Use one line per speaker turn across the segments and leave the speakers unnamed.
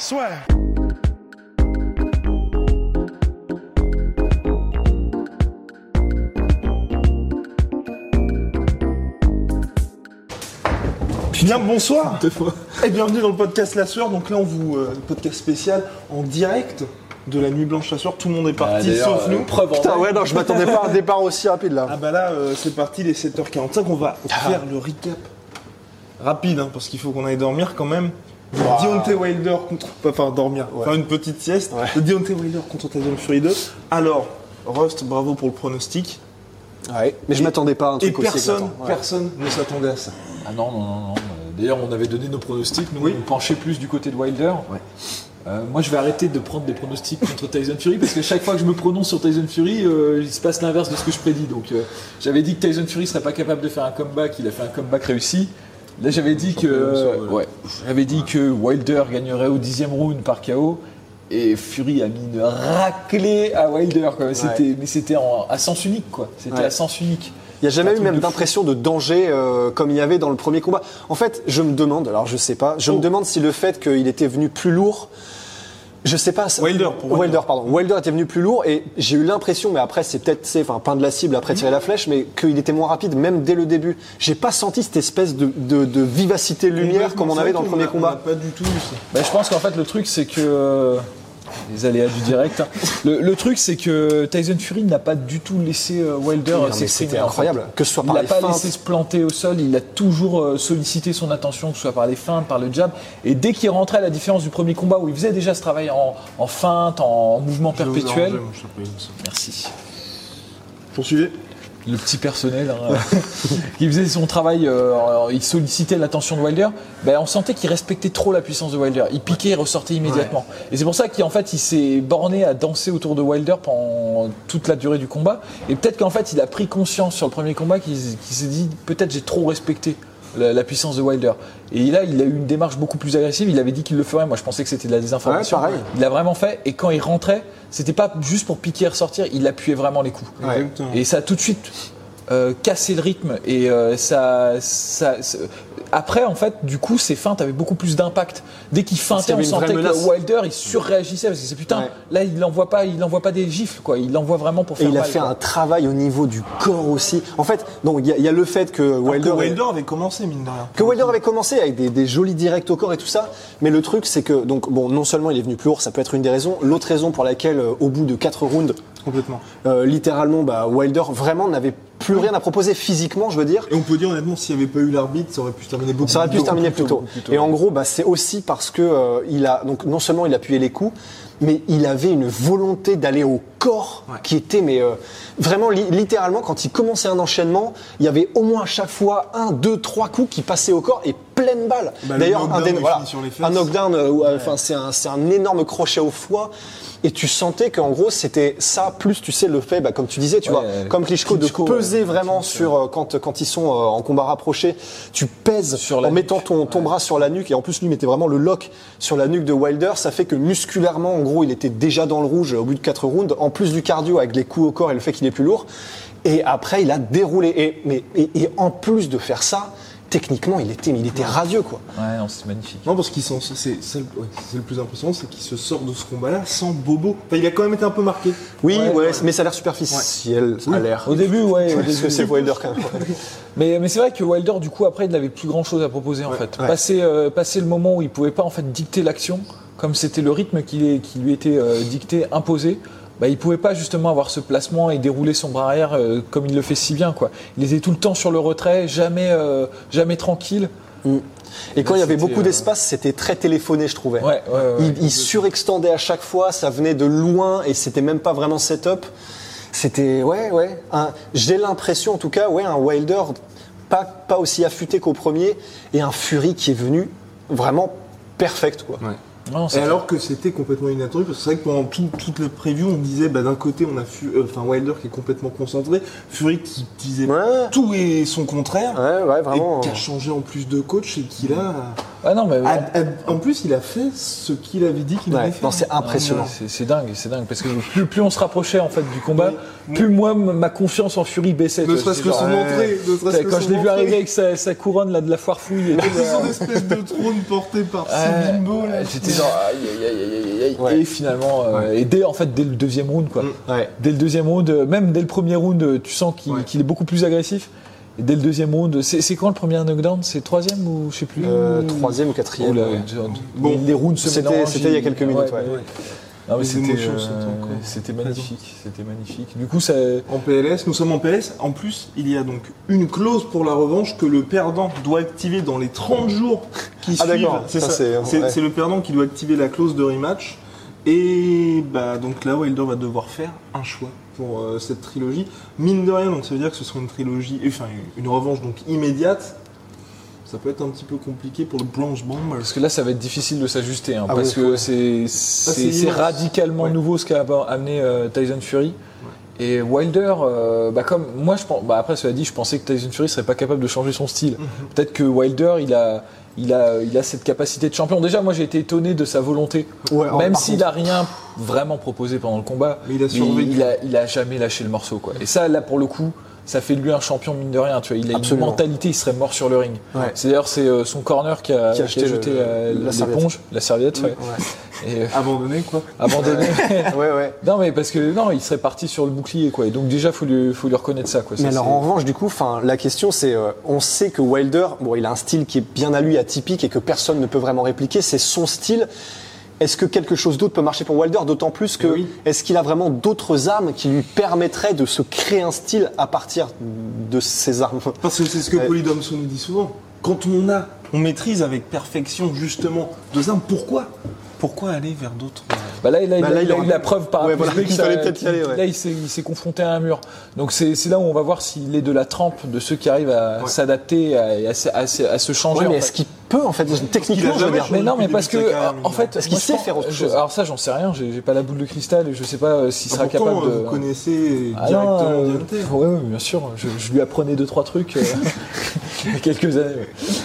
Soir. Bien, bonsoir
Deux fois.
et bienvenue dans le podcast La Sueur. Donc là, on vous euh, podcast spécial en direct de la nuit blanche La Sueur. Tout le monde est parti
d'ailleurs,
sauf
euh,
nous.
preuve en
Putain,
vrai.
ouais, non, je m'attendais pas à un départ aussi rapide
Ah
là.
bah là, euh, c'est parti, les 7h45, on va
Ah.
faire le recap rapide, hein, parce qu'il faut qu'on aille dormir quand même. De Deontay Wilder contre... Enfin, dormir, faire une petite sieste.
Ouais.
De Deontay Wilder contre Tyson Fury 2. Alors, Rust, bravo pour le pronostic.
Ouais, mais je
Et-
m'attendais pas à un
Et
truc aussi
personne,
éclatant. Ouais.
personne ne s'attendait à ça.
Ah non, non, non, non. Euh, D'ailleurs, on avait donné nos pronostics. Nous,
Oui.
on penchait plus du côté de Wilder. Euh, moi, je vais arrêter de prendre des pronostics contre Tyson Fury parce que chaque fois que je me prononce sur Tyson Fury, euh, il se passe l'inverse de ce que je prédis. Donc, euh, j'avais dit que Tyson Fury serait pas capable de faire un comeback. Il a fait un comeback réussi. Là, j'avais dit que, ouais, j'avais dit que Wilder gagnerait au dixième round par KO. Et Fury a mis une raclée à Wilder. quoi. C'était, mais c'était en- à sens unique, quoi. C'était
Ouais.
à sens unique.
Il n'y a jamais
Un
eu
truc
même
de fou.
d'impression de danger euh, comme il y avait dans le premier combat. En fait, je me demande, alors je sais pas, je me demande si le fait qu'il était venu plus lourd, je sais pas. ça-
Wilder, pour Wilder.
Wilder, pardon. Wilder était venu plus lourd et j'ai eu l'impression, mais après c'est peut-être, c'est enfin peindre la cible, après tirer la flèche, mais qu'il était moins rapide même dès le début. J'ai pas senti cette espèce de, de- de vivacité lumière comme on avait dans le premier
a- on a
combat.
Pas du tout. eu ça.
Bah, je pense qu'en fait le truc c'est que euh, les aléas du direct. hein. Le, le truc c'est que Tyson Fury n'a pas du tout laissé euh, Wilder
Non, mais
s'exprimer.
c'était
en fait.
incroyable, que ce soit par
il n'a
les
pas
feintes.
laissé se planter au sol. Il a toujours euh, sollicité son attention, que ce soit par les feintes, par le jab. Et dès qu'il rentrait, à la différence du premier combat où il faisait déjà ce travail en, en feinte, en mouvement
Je vais vous
perpétuel.
arranger, mon cher Williams.
Merci.
Poursuivez.
Le petit personnel hein, qui faisait son travail, euh, alors, il sollicitait l'attention de Wilder. Ben, on sentait qu'il respectait trop la puissance de Wilder. Il piquait, il ressortait immédiatement. Et c'est pour ça qu'en fait, il s'est borné à danser autour de Wilder pendant toute la durée du combat. Et peut-être qu'en fait, il a pris conscience sur le premier combat qu'il qu'il s'est dit peut-être j'ai trop respecté la, la puissance de Wilder. Et là, il a eu une démarche beaucoup plus agressive. Il avait dit qu'il le ferait. Moi, je pensais que c'était de la désinformation.
Ouais, pareil.
il l'a vraiment fait. Et quand il rentrait, c'était pas juste pour piquer et ressortir. Il appuyait vraiment les coups.
Ouais.
Exactement.
Et ça a tout de suite euh, cassé le rythme. Et euh, ça, ça- ça- Après, en fait, du coup, ses feintes avaient beaucoup plus d'impact. Dès qu'il
qu'il
feintait,
y
on
avait une vraie
sentait
menace.
que Wilder, il surréagissait. Parce que c'est putain,
Ouais.
là, il envoie pas, il envoie pas des gifles, quoi. Il envoie vraiment pour
Et
faire
il a
mal,
fait
quoi.
un travail au niveau du corps aussi. En fait, donc il y, a- il y a le fait que
Alors que
Wilder, est-
Wilder avait commencé, mine de rien.
Que Wilder avait commencé avec des, des jolis directs au corps et tout ça, mais le truc c'est que donc bon non seulement il est venu plus lourd, ça peut être une des raisons. L'autre raison pour laquelle euh, au bout de quatre rounds,
Complètement.
euh, littéralement bah, Wilder vraiment n'avait plus rien à proposer physiquement, je veux dire.
Et on peut dire honnêtement, s'il n'y avait pas eu l'arbitre, ça aurait pu se terminer beaucoup
Ça aurait pu
plus
se terminer
tôt.
plus tôt.
plus tôt,
Et en
ouais.
gros, bah, c'est aussi parce que euh, il a donc non seulement il appuyait les coups, mais il avait une volonté d'aller au corps qui était mais euh, vraiment li- littéralement quand il commençait un enchaînement, il y avait au moins à chaque fois un, deux, trois coups qui passaient au corps et pleine balle.
Bah, le
D'ailleurs, un,
knockdown,
des-
il
voilà,
finit sur les fesses.
un knockdown, euh, ou, euh, enfin c'est un, c'est un énorme crochet au foie. Et tu sentais qu'en gros c'était ça plus tu sais le fait bah, comme tu disais tu
Ouais,
vois
euh,
comme Klitschko,
Klitschko,
de peser
ouais.
vraiment sur euh, quand quand ils sont euh, en combat rapproché tu pèses
Sur la
en mettant
nuque.
ton, ton bras sur la nuque et en plus lui mettait vraiment le lock sur la nuque de Wilder, ça fait que musculairement en gros il était déjà dans le rouge au bout de 4 rounds, en plus du cardio avec les coups au corps et le fait qu'il est plus lourd. Et après il a déroulé. Et, mais, et, et en plus de faire ça, techniquement il était, mais il était radieux quoi.
Ouais, non, c'est magnifique.
Non, parce qu'ils sont. C'est c'est le, ouais, c'est le plus impressionnant, c'est qu'il se sort de ce combat-là sans bobo. Enfin, il a quand même été un peu marqué.
Oui,
Ouais,
ouais,
ouais.
mais ça a l'air superficiel à l'air.
Au début, ouais. au
Parce que
début.
c'est Wilder quand même.
Mais, mais c'est vrai que Wilder, du coup, après, il n'avait plus grand chose à proposer, en fait.
ouais.
Passer, euh, passer le moment où il pouvait pas, en fait, dicter l'action, comme c'était le rythme qui, est- qui lui était euh, dicté, imposé, bah, il pouvait pas, justement, avoir ce placement et dérouler son bras arrière euh, comme il le fait si bien, quoi. Il était tout le temps sur le retrait, jamais, euh, jamais tranquille.
Mm. Et quand
Là,
il y avait
c'était,
beaucoup
euh,
d'espace, c'était très téléphoné, je trouvais.
Ouais, ouais, ouais.
il, il surextendait à chaque fois, ça venait de loin et c'était même pas vraiment setup. C'était, ouais, ouais. un- J'ai l'impression, en tout cas, ouais, un Wilder pas, pas aussi affûté qu'au premier et un Fury qui est venu vraiment perfecte. Quoi.
Non,
Et
c'est-
alors que c'était complètement inattendu, parce que c'est vrai que pendant tout- toute la preview, on disait bah, d'un côté, on a Fu- euh, enfin, Wilder qui est complètement concentré, Fury qui disait
Ouais.
tout et son contraire,
Ouais, ouais, vraiment. euh, hein.
et qui a changé en plus de coach, et qui là.
Ah non, mais.
a- a- en plus, il a fait ce qu'il avait dit qu'il
Ouais.
allait faire.
Non, c'est impressionnant.
C'est c'est dingue, c'est dingue. Parce que plus, plus on se rapprochait en fait du combat,
Oui.
plus moi m- ma confiance en Fury baissait. tu
Ne
vois,
serait-ce
c'est
que
genre,
son
ouais.
entrée. Ne serait-ce que
Quand je
son
l'ai vu
entrée.
arriver avec sa, sa couronne là, de la foire fouille et tout,
Avec
là,
son espèce de trône porté par
Euh, Ouais.
ce bimbo là.
J'étais genre aïe aïe aïe aïe aïe aïe.
Ouais. Mm,
Et finalement, euh, et dès, en fait, dès le deuxième round, quoi.
Ouais.
Dès le deuxième round, euh, même dès le premier round, euh, tu sens qu'il
Ouais.
qu'il est beaucoup plus agressif. Et dès le deuxième round, c'est c'est quand le premier knockdown C'est troisième ou je sais plus
Euh, troisième ou
Oh
quatrième.
là,
ouais.
genre,
Bon,
les- les rounds se
c'était-
mélangent,
c'était il y a quelques minutes, ouais.
ouais. Non, mais
Les
c'était
émotions
euh,
sont encore
c'était
présentes.
magnifique, c'était magnifique. Du coup, ça
En PLS, nous sommes en PLS. En plus, il y a donc une clause pour la revanche que le perdant doit activer dans les 30 jours qui
Ah,
suivent.
d'accord.
C'est
Ça,
ça.
c'est-
C'est
ouais.
c'est le perdant qui doit activer la clause de rematch. Et bah, donc là, Wilder va devoir faire un choix pour euh, cette trilogie. Mine de rien, donc ça veut dire que ce sera une trilogie, enfin une une revanche donc immédiate. Ça peut être un petit peu compliqué pour le Blanche Bomber.
parce que là, ça va être difficile de s'ajuster, hein,
Ah
parce
oui,
que c'est c'est
c'est
c'est
immense.
radicalement
Ouais.
nouveau ce qu'a ab- amené euh, Tyson Fury. Et Wilder, euh, bah comme moi, je pense, bah après cela dit, je pensais que Tyson Fury serait pas capable de changer son style. Peut-être que Wilder, il a, il a, il a cette capacité de champion. Déjà, moi, j'ai été étonné de sa volonté,
Ouais, alors,
même
par
s'il a rien vraiment proposé pendant le combat.
Mais il a survécu.
il a, il a jamais lâché le morceau, quoi. Et ça, là, pour le coup. Ça fait de lui un champion mine de rien, tu vois. Il a
Absolument.
une mentalité, il serait mort sur le ring.
Ouais.
C'est d'ailleurs c'est euh, son corner qui a,
Qui a
qui a
jeté
jeté
le-
la-
euh, la serviette.
l'éponge, la serviette, ouais. et euh,
Abandonné quoi.
abandonné.
Ouais, ouais.
non mais parce que non, il serait parti sur le bouclier quoi. Et donc déjà faut lui faut lui reconnaître ça quoi. Ça,
Mais alors
c'est-
en revanche, du coup, enfin, la question c'est, euh, on sait que Wilder, bon, il a un style qui est bien à lui, atypique et que personne ne peut vraiment répliquer. C'est son style. Est-ce que quelque chose d'autre peut marcher pour Wilder D'autant plus que,
Oui.
est-ce qu'il a vraiment d'autres armes qui lui permettraient de se créer un style à partir de ses armes
Parce que c'est ce que
Ouais.
Polydome nous dit souvent. Quand on a, on maîtrise avec perfection justement deux armes, pourquoi Pourquoi aller vers d'autres euh,
Bah là, là, il
Bah
a-
là,
il a
il
eu
en-
la preuve par
Ouais,
A plus
voilà,
B que
il
ça-
fallait peut-être y aller, ouais.
Là, il s'est, il s'est confronté à un mur. Donc c'est, c'est là où on va voir s'il est de la trempe de ceux qui arrivent à s'adapter à- et à, se- à se- à se changer.
Ouais,
en
mais
fait.
est-ce qu'il peut en fait
qu'il
Techniquement,
a
je veux
jamais
dire.
changé.
Mais non,
depuis
mais
le
parce
début de
que
sa carrière,
en
mine de
fait,
rien.
Parce qu'il
moi, je
sait
pense-
faire autre
je-
chose.
alors ça, j'en sais rien. J'ai, j'ai pas la boule de cristal. et Je sais pas euh, s'il
Ah,
sera
pourtant,
capable de.
Vous connaissez
Ah non,
directement
euh,
Dionte.
ouais, ouais, bien sûr. Je, je lui apprenais deux trois trucs euh, il y a quelques années.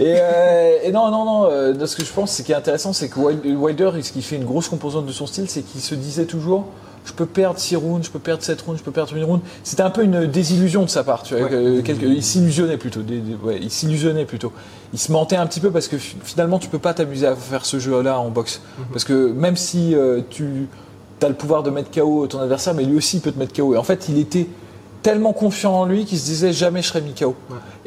ouais. Et, euh, et non, non, non. euh, de ce que je pense, c'est qui est intéressant, c'est que Wild- Wilder, ce qui fait une grosse composante de son style, c'est qu'il se disait toujours. Je peux perdre 6 rounds, je peux perdre 7 rounds, je peux perdre une round. C'était un peu une désillusion de sa part, tu vois. que- quelque- il s'illusionnait plutôt. des- des- ouais, il s'illusionnait plutôt. Il se mentait un petit peu parce que fi- finalement, tu peux pas t'amuser à faire ce jeu-là en boxe. Parce que même si euh, tu, T'as le pouvoir de mettre KO ton adversaire, mais lui aussi il peut te mettre KO. Et en fait, il était tellement confiant en lui qu'il se disait jamais je serai mis KO.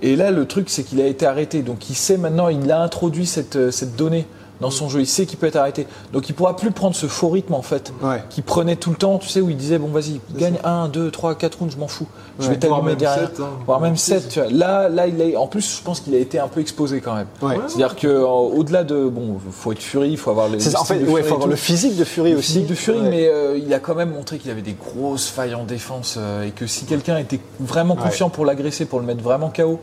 Et là, le truc, c'est qu'il a été arrêté. Donc il sait maintenant, il a introduit cette, euh, cette donnée dans
Mm.
son jeu. Il sait qu'il peut être arrêté. Donc il pourra plus prendre ce faux rythme en fait,
Ouais.
qui prenait tout le temps, tu sais, où il disait bon vas-y, gagne 1, 2, 3, 4 rounds, je m'en fous. Je vais
Voire
t'allumer
même
derrière.
sept, hein.
Voire même 7. Tu vois. Là, là, il a... en plus, je pense qu'il a été un peu exposé quand même.
Ouais.
C'est-à-dire qu'au-delà de. Bon, faut être furie, il faut avoir les.
C'est ça, en
le style
fait,
de
ouais,
Fury
faut
et
avoir
tout.
le physique de Fury
Le
aussi.
physique de Fury,
Ouais.
mais euh, il a quand même montré qu'il avait des grosses failles en défense euh, et que si quelqu'un était vraiment confiant pour l'agresser, pour le mettre vraiment KO,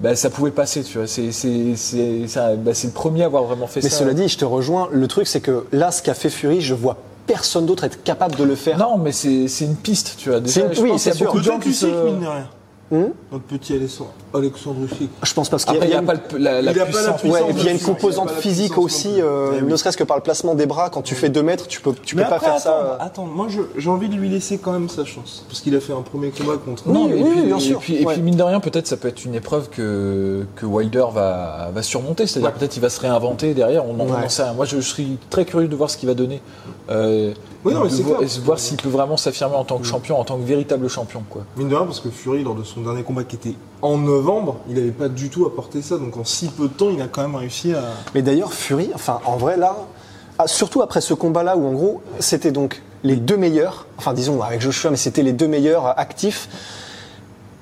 bah, ça pouvait passer. Tu vois, c'est c'est c'est ça- bah, c'est le premier à avoir vraiment fait
Mais
ça.
cela dit, je te rejoins. Le truc, c'est que là, ce qu'a fait Fury, je vois personne d'autre être capable de le faire.
non, mais c'est c'est une piste. Tu vois, déjà,
C'est une-
je
oui,
pense qu'il y a
c'est sûr.
beaucoup de gens
Peut-être
qui
tu
se.
sais que mine de rien.
Hmm
Notre petit Alessandre, Alexandre Usyk.
Je pense parce qu'il y a-
Après, il
il y a
n'a
une-
pas le- la, la
il a pas la
puissance.
puissance.
Ouais, et puis il y a une
puissance, il y a
composante
pas la
physique
puissance non
aussi,
plus.
euh,
Eh oui.
ne serait-ce que par le placement des bras. Quand tu fais 2 mètres, tu peux, tu peux
Mais
pas
après,
faire
attends,
ça. euh.
attends, moi je- j'ai envie de lui laisser quand même sa chance. Parce qu'il a fait un premier combat contre.
Non,
Oui,
mais et
oui,
puis,
bien
et
sûr.
puis- et
Ouais.
puis, mine de rien, peut-être ça peut être une épreuve que, que Wilder va, va surmonter. C'est-à-dire peut-être il va se réinventer derrière. On en- on en
Ouais.
sait rien. Moi, je, je suis très curieux de voir ce qu'il va donner. Euh,
Oui, non, mais
de
c'est
voir-
clair.
et de voir s'il peut vraiment s'affirmer en tant que champion, en tant que véritable champion. Quoi.
Mine de rien, parce que Fury, lors de son dernier combat qui était en novembre, il n'avait pas du tout apporté ça. Donc en si peu de temps, il a quand même réussi à.
Mais d'ailleurs, Fury, enfin, en vrai, là, ah, surtout après ce combat-là où, en gros, c'était donc les deux meilleurs, enfin, disons, avec Joshua, mais c'était les deux meilleurs euh, actifs.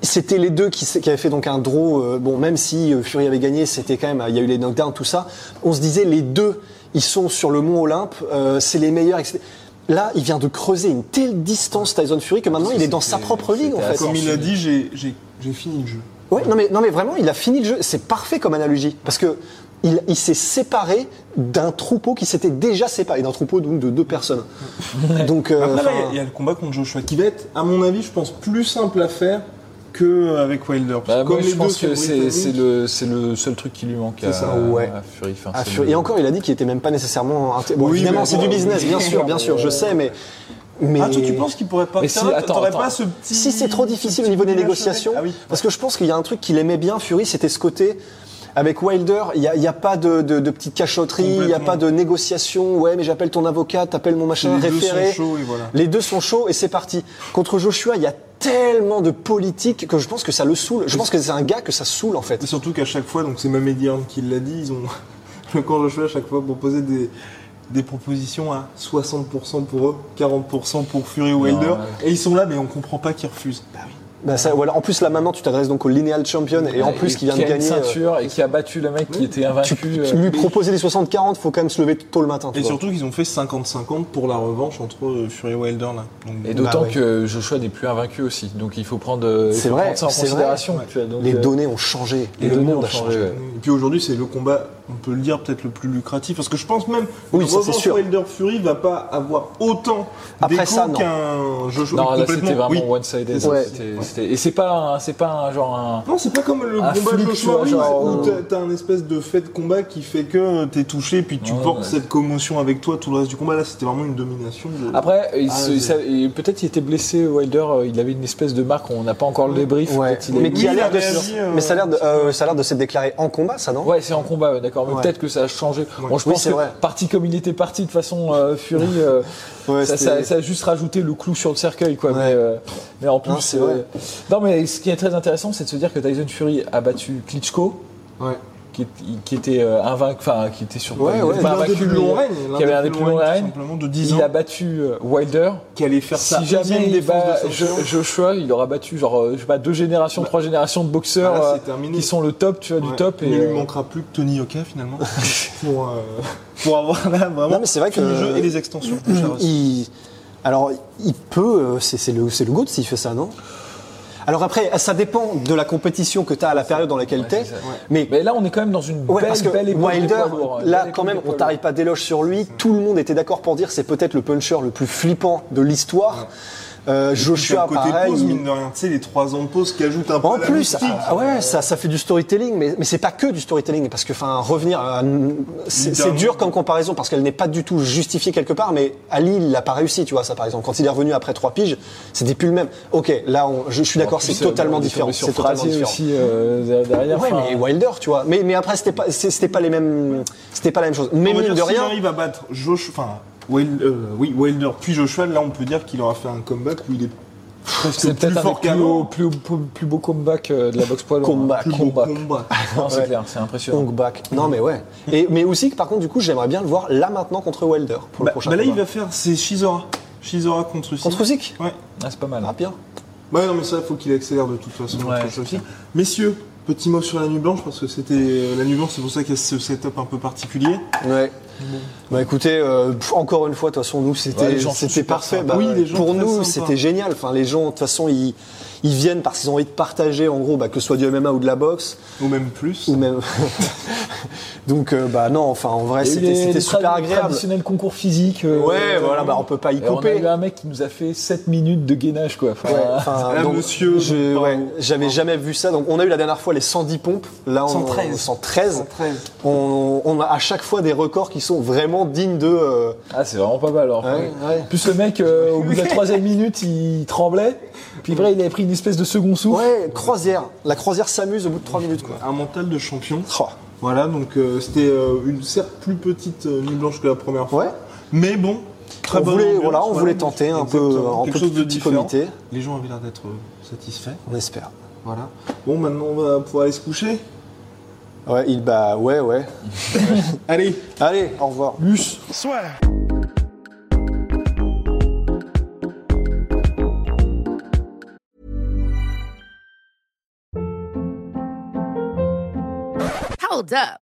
C'était les deux qui, s- qui avaient fait donc un draw. euh, bon, même si euh, Fury avait gagné, c'était quand même, euh, il y a eu les knockdowns, tout ça. On se disait, les deux, ils sont sur le Mont Olympe, euh, c'est les meilleurs, etc. Là, il vient de creuser une telle distance Tyson Fury que
Ah,
maintenant il est dans sa propre ligue en
c'était
fait.
assez
Comme il a dit, j'ai- j'ai j'ai fini le jeu.
Ouais, non mais, non mais vraiment, il a fini le jeu. C'est parfait comme analogie. Parce que il, il s'est séparé d'un troupeau qui s'était déjà séparé, d'un troupeau donc de deux personnes. Donc, euh,
Après, là, il y a-
enfin,
il y, a le combat contre Joshua qui va être, à mon avis, je pense, plus simple à faire qu'avec Wilder. Parce
Bah,
que
moi,
comme
je
les
pense
deux
que
sont
c'est c'est
britanniques,
le, c'est le seul truc qui lui manque à,
C'est ça,
ouais.
à Fury. Enfin,
Ah,
c'est
Fury-
le-
Et encore, il a dit qu'il était même pas nécessairement. inté- Bon,
Oui,
évidemment,
mais
c'est
bon,
du business,
oui.
bien sûr, bien sûr, je sais, mais. mais...
Ah, toi, tu penses qu'il pourrait pas
Mais
faire
si,
ça
attends,
T'aurais
attends.
pas ce petit.
Si c'est trop difficile au
petit
niveau des
bout de la
négociations,
cheville Ah oui.
parce que je pense qu'il y a un truc qu'il aimait bien, Fury, c'était ce côté. Avec Wilder, il n'y a, il y a pas de, de, de petite cachotterie, il n'y a
Complètement.
pas de négociation. Ouais, mais j'appelle ton avocat, t'appelles mon machin
Les deux sont
référé.
chauds, et voilà.
Les deux sont chauds et c'est parti. Contre Joshua, il y a tellement de politique que je pense que ça le saoule. Je pense que c'est un gars que ça saoule en fait.
Et surtout qu'à chaque fois, donc c'est même Eddie Hearn qui l'a dit, ils ont, le camp Joshua à chaque fois proposé des, des propositions à 60% pour eux, 40% pour Fury ou Wilder, et ils sont là, mais on comprend pas qu'ils refusent. Bah oui.
Bah, ça, voilà. En plus, là maintenant, tu t'adresses donc au Lineal Champion et en plus qui vient de
a une
gagner. euh,
ceinture et qui a battu le mec qui était invaincu.
tu,
euh,
tu lui proposer les 60-40, faut quand même se lever tôt le matin. tu
Et
vois.
surtout qu'ils ont fait 50-50 pour la revanche entre euh, Fury et Wilder là. Donc,
Et d'autant
Bah ouais.
que Joshua n'est plus invaincu aussi, donc il faut prendre, euh, il
C'est
faut
vrai,
prendre ça en
c'est vrai.
considération.
Ouais.
tu vois, donc,
les
euh,
données ont changé
les
et le
données ont
monde a
changé,
changé.
ouais.
Et puis aujourd'hui, c'est le combat, on peut le dire, peut-être le plus lucratif. Parce que je pense même
Oui,
que
ça, c'est sûr.
Wilder Fury va pas avoir autant
Après
d'écho
ça, non.
qu'un Joshua
Non, là
complètement.
c'était vraiment
oui.
one-sided. hein,
Ouais.
c'était- c'était- Et c'est pas, un- c'est pas un genre un.
Non, c'est pas comme le
Un
combat de
flic, tu
Joshua
vois,
Reeves
Ah, genre,
où
euh,
t'as- t'as un espèce de fait de combat qui fait que euh, t'es touché, puis tu
Ouais,
portes
ouais.
cette commotion avec toi tout le reste du combat. Là, c'était vraiment une domination. de-
Après, il
Ah,
se-
je-
il savait- et peut-être il était blessé Wilder. euh, Il avait une espèce de marque. On n'a pas encore le débrief.
Ouais.
peut-être il a
Mais
eu-
qui a
Oui,
l'air
il
de,
a réagi, euh,
mais ça a l'air de, euh, ça a l'air de s'être déclaré en combat, ça non
Ouais, c'est en combat, ouais, d'accord. Mais
Ouais.
peut-être que ça a changé. Bon, je
Oui,
pense
c'est
que
vrai.
parti comme il était parti de façon euh, Fury, euh,
Ouais,
ça,
c'était-
ça- ça a juste rajouté le clou sur le cercueil, quoi. Mais, euh, mais en plus, euh,
Non, c'est vrai.
non, mais ce qui est très intéressant, c'est de se dire que Tyson Fury a battu Klitschko. Qui, est- qui était euh, invaincu, enfin qui était sur
Ouais,
il était
ouais,
L'un
pas
des
invaincu,
plus
mais-
longs règnes. l'un
bah, qui avait un des plus longs
règnes, tout
règnes.
Simplement de 10
Il a
ans.
battu euh, Wilder.
Qui allait faire sa
si jamais
onzième
il
défense
bat
de sa
Jo-
saison.
Joshua, il aura battu genre euh, je sais pas deux générations, trois générations de boxeurs
Ah, là, c'est
euh,
terminé.
qui sont le top, tu vois,
Ouais.
du top.
Mais il
euh,
lui manquera plus que Tony Oka finalement pour, euh, pour avoir là vraiment
Non, mais c'est vrai
fini
que-
le jeu et les extensions.
Il- alors, il peut. euh, C'est c'est le, c'est le goat s'il fait ça, non Alors après, ça dépend de la compétition que tu as à la période dans laquelle tu es.
c'est ça.
Mais
Mais là, on est quand même dans une
Ouais,
belle,
parce que
belle époque des
Wilder,
poids lourds, hein.
là
Belle
quand
époque
même,
des
on
poids
t'arrive pas d'éloge sur lui. Tout le monde était d'accord pour dire c'est peut-être le puncher le plus flippant de l'histoire. Euh, Joshua,
côté
pareil.
pause,
il-
mine de rien, tu sais, les trois ans de pause qui ajoutent un peu
En
la
plus,
mystique.
ah ouais, ça, ça fait du storytelling, mais, mais c'est pas que du storytelling, parce que enfin revenir, à- c'est c'est dur comme comparaison parce qu'elle n'est pas du tout justifiée quelque part, mais Ali il l'a pas réussi, tu vois ça par exemple. Quand il est revenu après trois piges, c'était plus le même. Ok, là on- je, je suis
lourds. En
d'accord,
plus,
c'est
euh,
totalement
on est
différent,
tombé sur
c'est totalement
Frazier
différent.
aussi euh, derrière.
Ouais,
enfin,
mais Wilder, tu vois. Mais, mais après, c'était pas, c'est- c'était pas les mêmes, c'était pas la même chose. Mais
On va
mine
dire,
de
s'il
rien,
arrive à battre Joshua, enfin, Wil- euh, oui, Wilder puis Joshua, là on peut dire qu'il aura fait un comeback où il est presque
c'est
plus
peut-être un des
fort
plus,
qu'avant.
haut- plus, haut- plus, plus beau comeback euh, de la boxe poids lourd.
Combat,
Plus beau
combat.
combat.
Non, c'est
Ouais.
clair, c'est impressionnant.
Hong Bak. Non, mais ouais. Et, mais aussi, que, par contre, du coup, j'aimerais bien le voir là maintenant contre Wilder pour le
Bah,
prochain.
bah là il
combat.
va faire, c'est Shizora. Shizora contre Usyk.
contre Zik.
Ouais.
Ah, c'est pas mal.
Ah bien.
Bah non mais ça faut qu'il accélère de toute façon.
Ouais,
contre
c'est
Usyk.
clair.
Messieurs, petit mot sur la nuit blanche parce que c'était euh, la nuit blanche, c'est pour ça qu'il y a ce setup un peu particulier.
Ouais. Bah écoutez, euh, pff, encore une fois, de toute façon, nous c'était
Ouais, les gens sont
c'était
super
parfait.
sympas.
Bah,
Oui, les gens
pour
très
nous,
sympas.
c'était génial. Enfin, les gens, de toute façon, ils, ils viennent parce qu'ils ont envie de partager, en gros, bah, que ce soit du MMA ou de la boxe,
Ou même plus.
ou même. Donc, euh, bah non, enfin, en vrai, c'était c'était super agréable.
traditionnel concours physique. euh,
Ouais,
euh,
voilà, bah on peut pas y
et on a
couper.
eu un mec qui nous a fait 7 minutes de gainage, quoi. Enfin,
Ouais, enfin,
Ah, Là,
donc,
monsieur,
je-
bravo.
ouais, j'avais jamais vu ça. Donc, on a eu la dernière fois les 110 pompes. Là, on
113.
113.
113.
On, on a à chaque fois des records qui sont vraiment dignes de. euh,
Ah, c'est vraiment pas mal. Alors.
Ouais, ouais.
En plus, le mec, euh, au bout de la troisième minute, il tremblait. Puis après, il avait pris une espèce de second souffle.
Ouais, croisière. La croisière s'amuse au bout de 3 minutes, quoi.
Un mental de champion.
Oh.
Voilà, donc euh, c'était euh, une certes plus petite euh, nuit blanche que la première fois.
Ouais.
Mais bon, très
On
bonne
voulait-
ambiance,
voilà, on voulait tenter un peu,
exactement,
en
quelque
petit-
chose de
petit
différent.
comité.
Les gens avaient l'air d'être euh, satisfaits.
On espère.
Voilà. Bon, maintenant on va pouvoir aller se coucher.
Ouais, il bah ouais ouais.
Allez,
Allez, au revoir.
bus.
Hold up.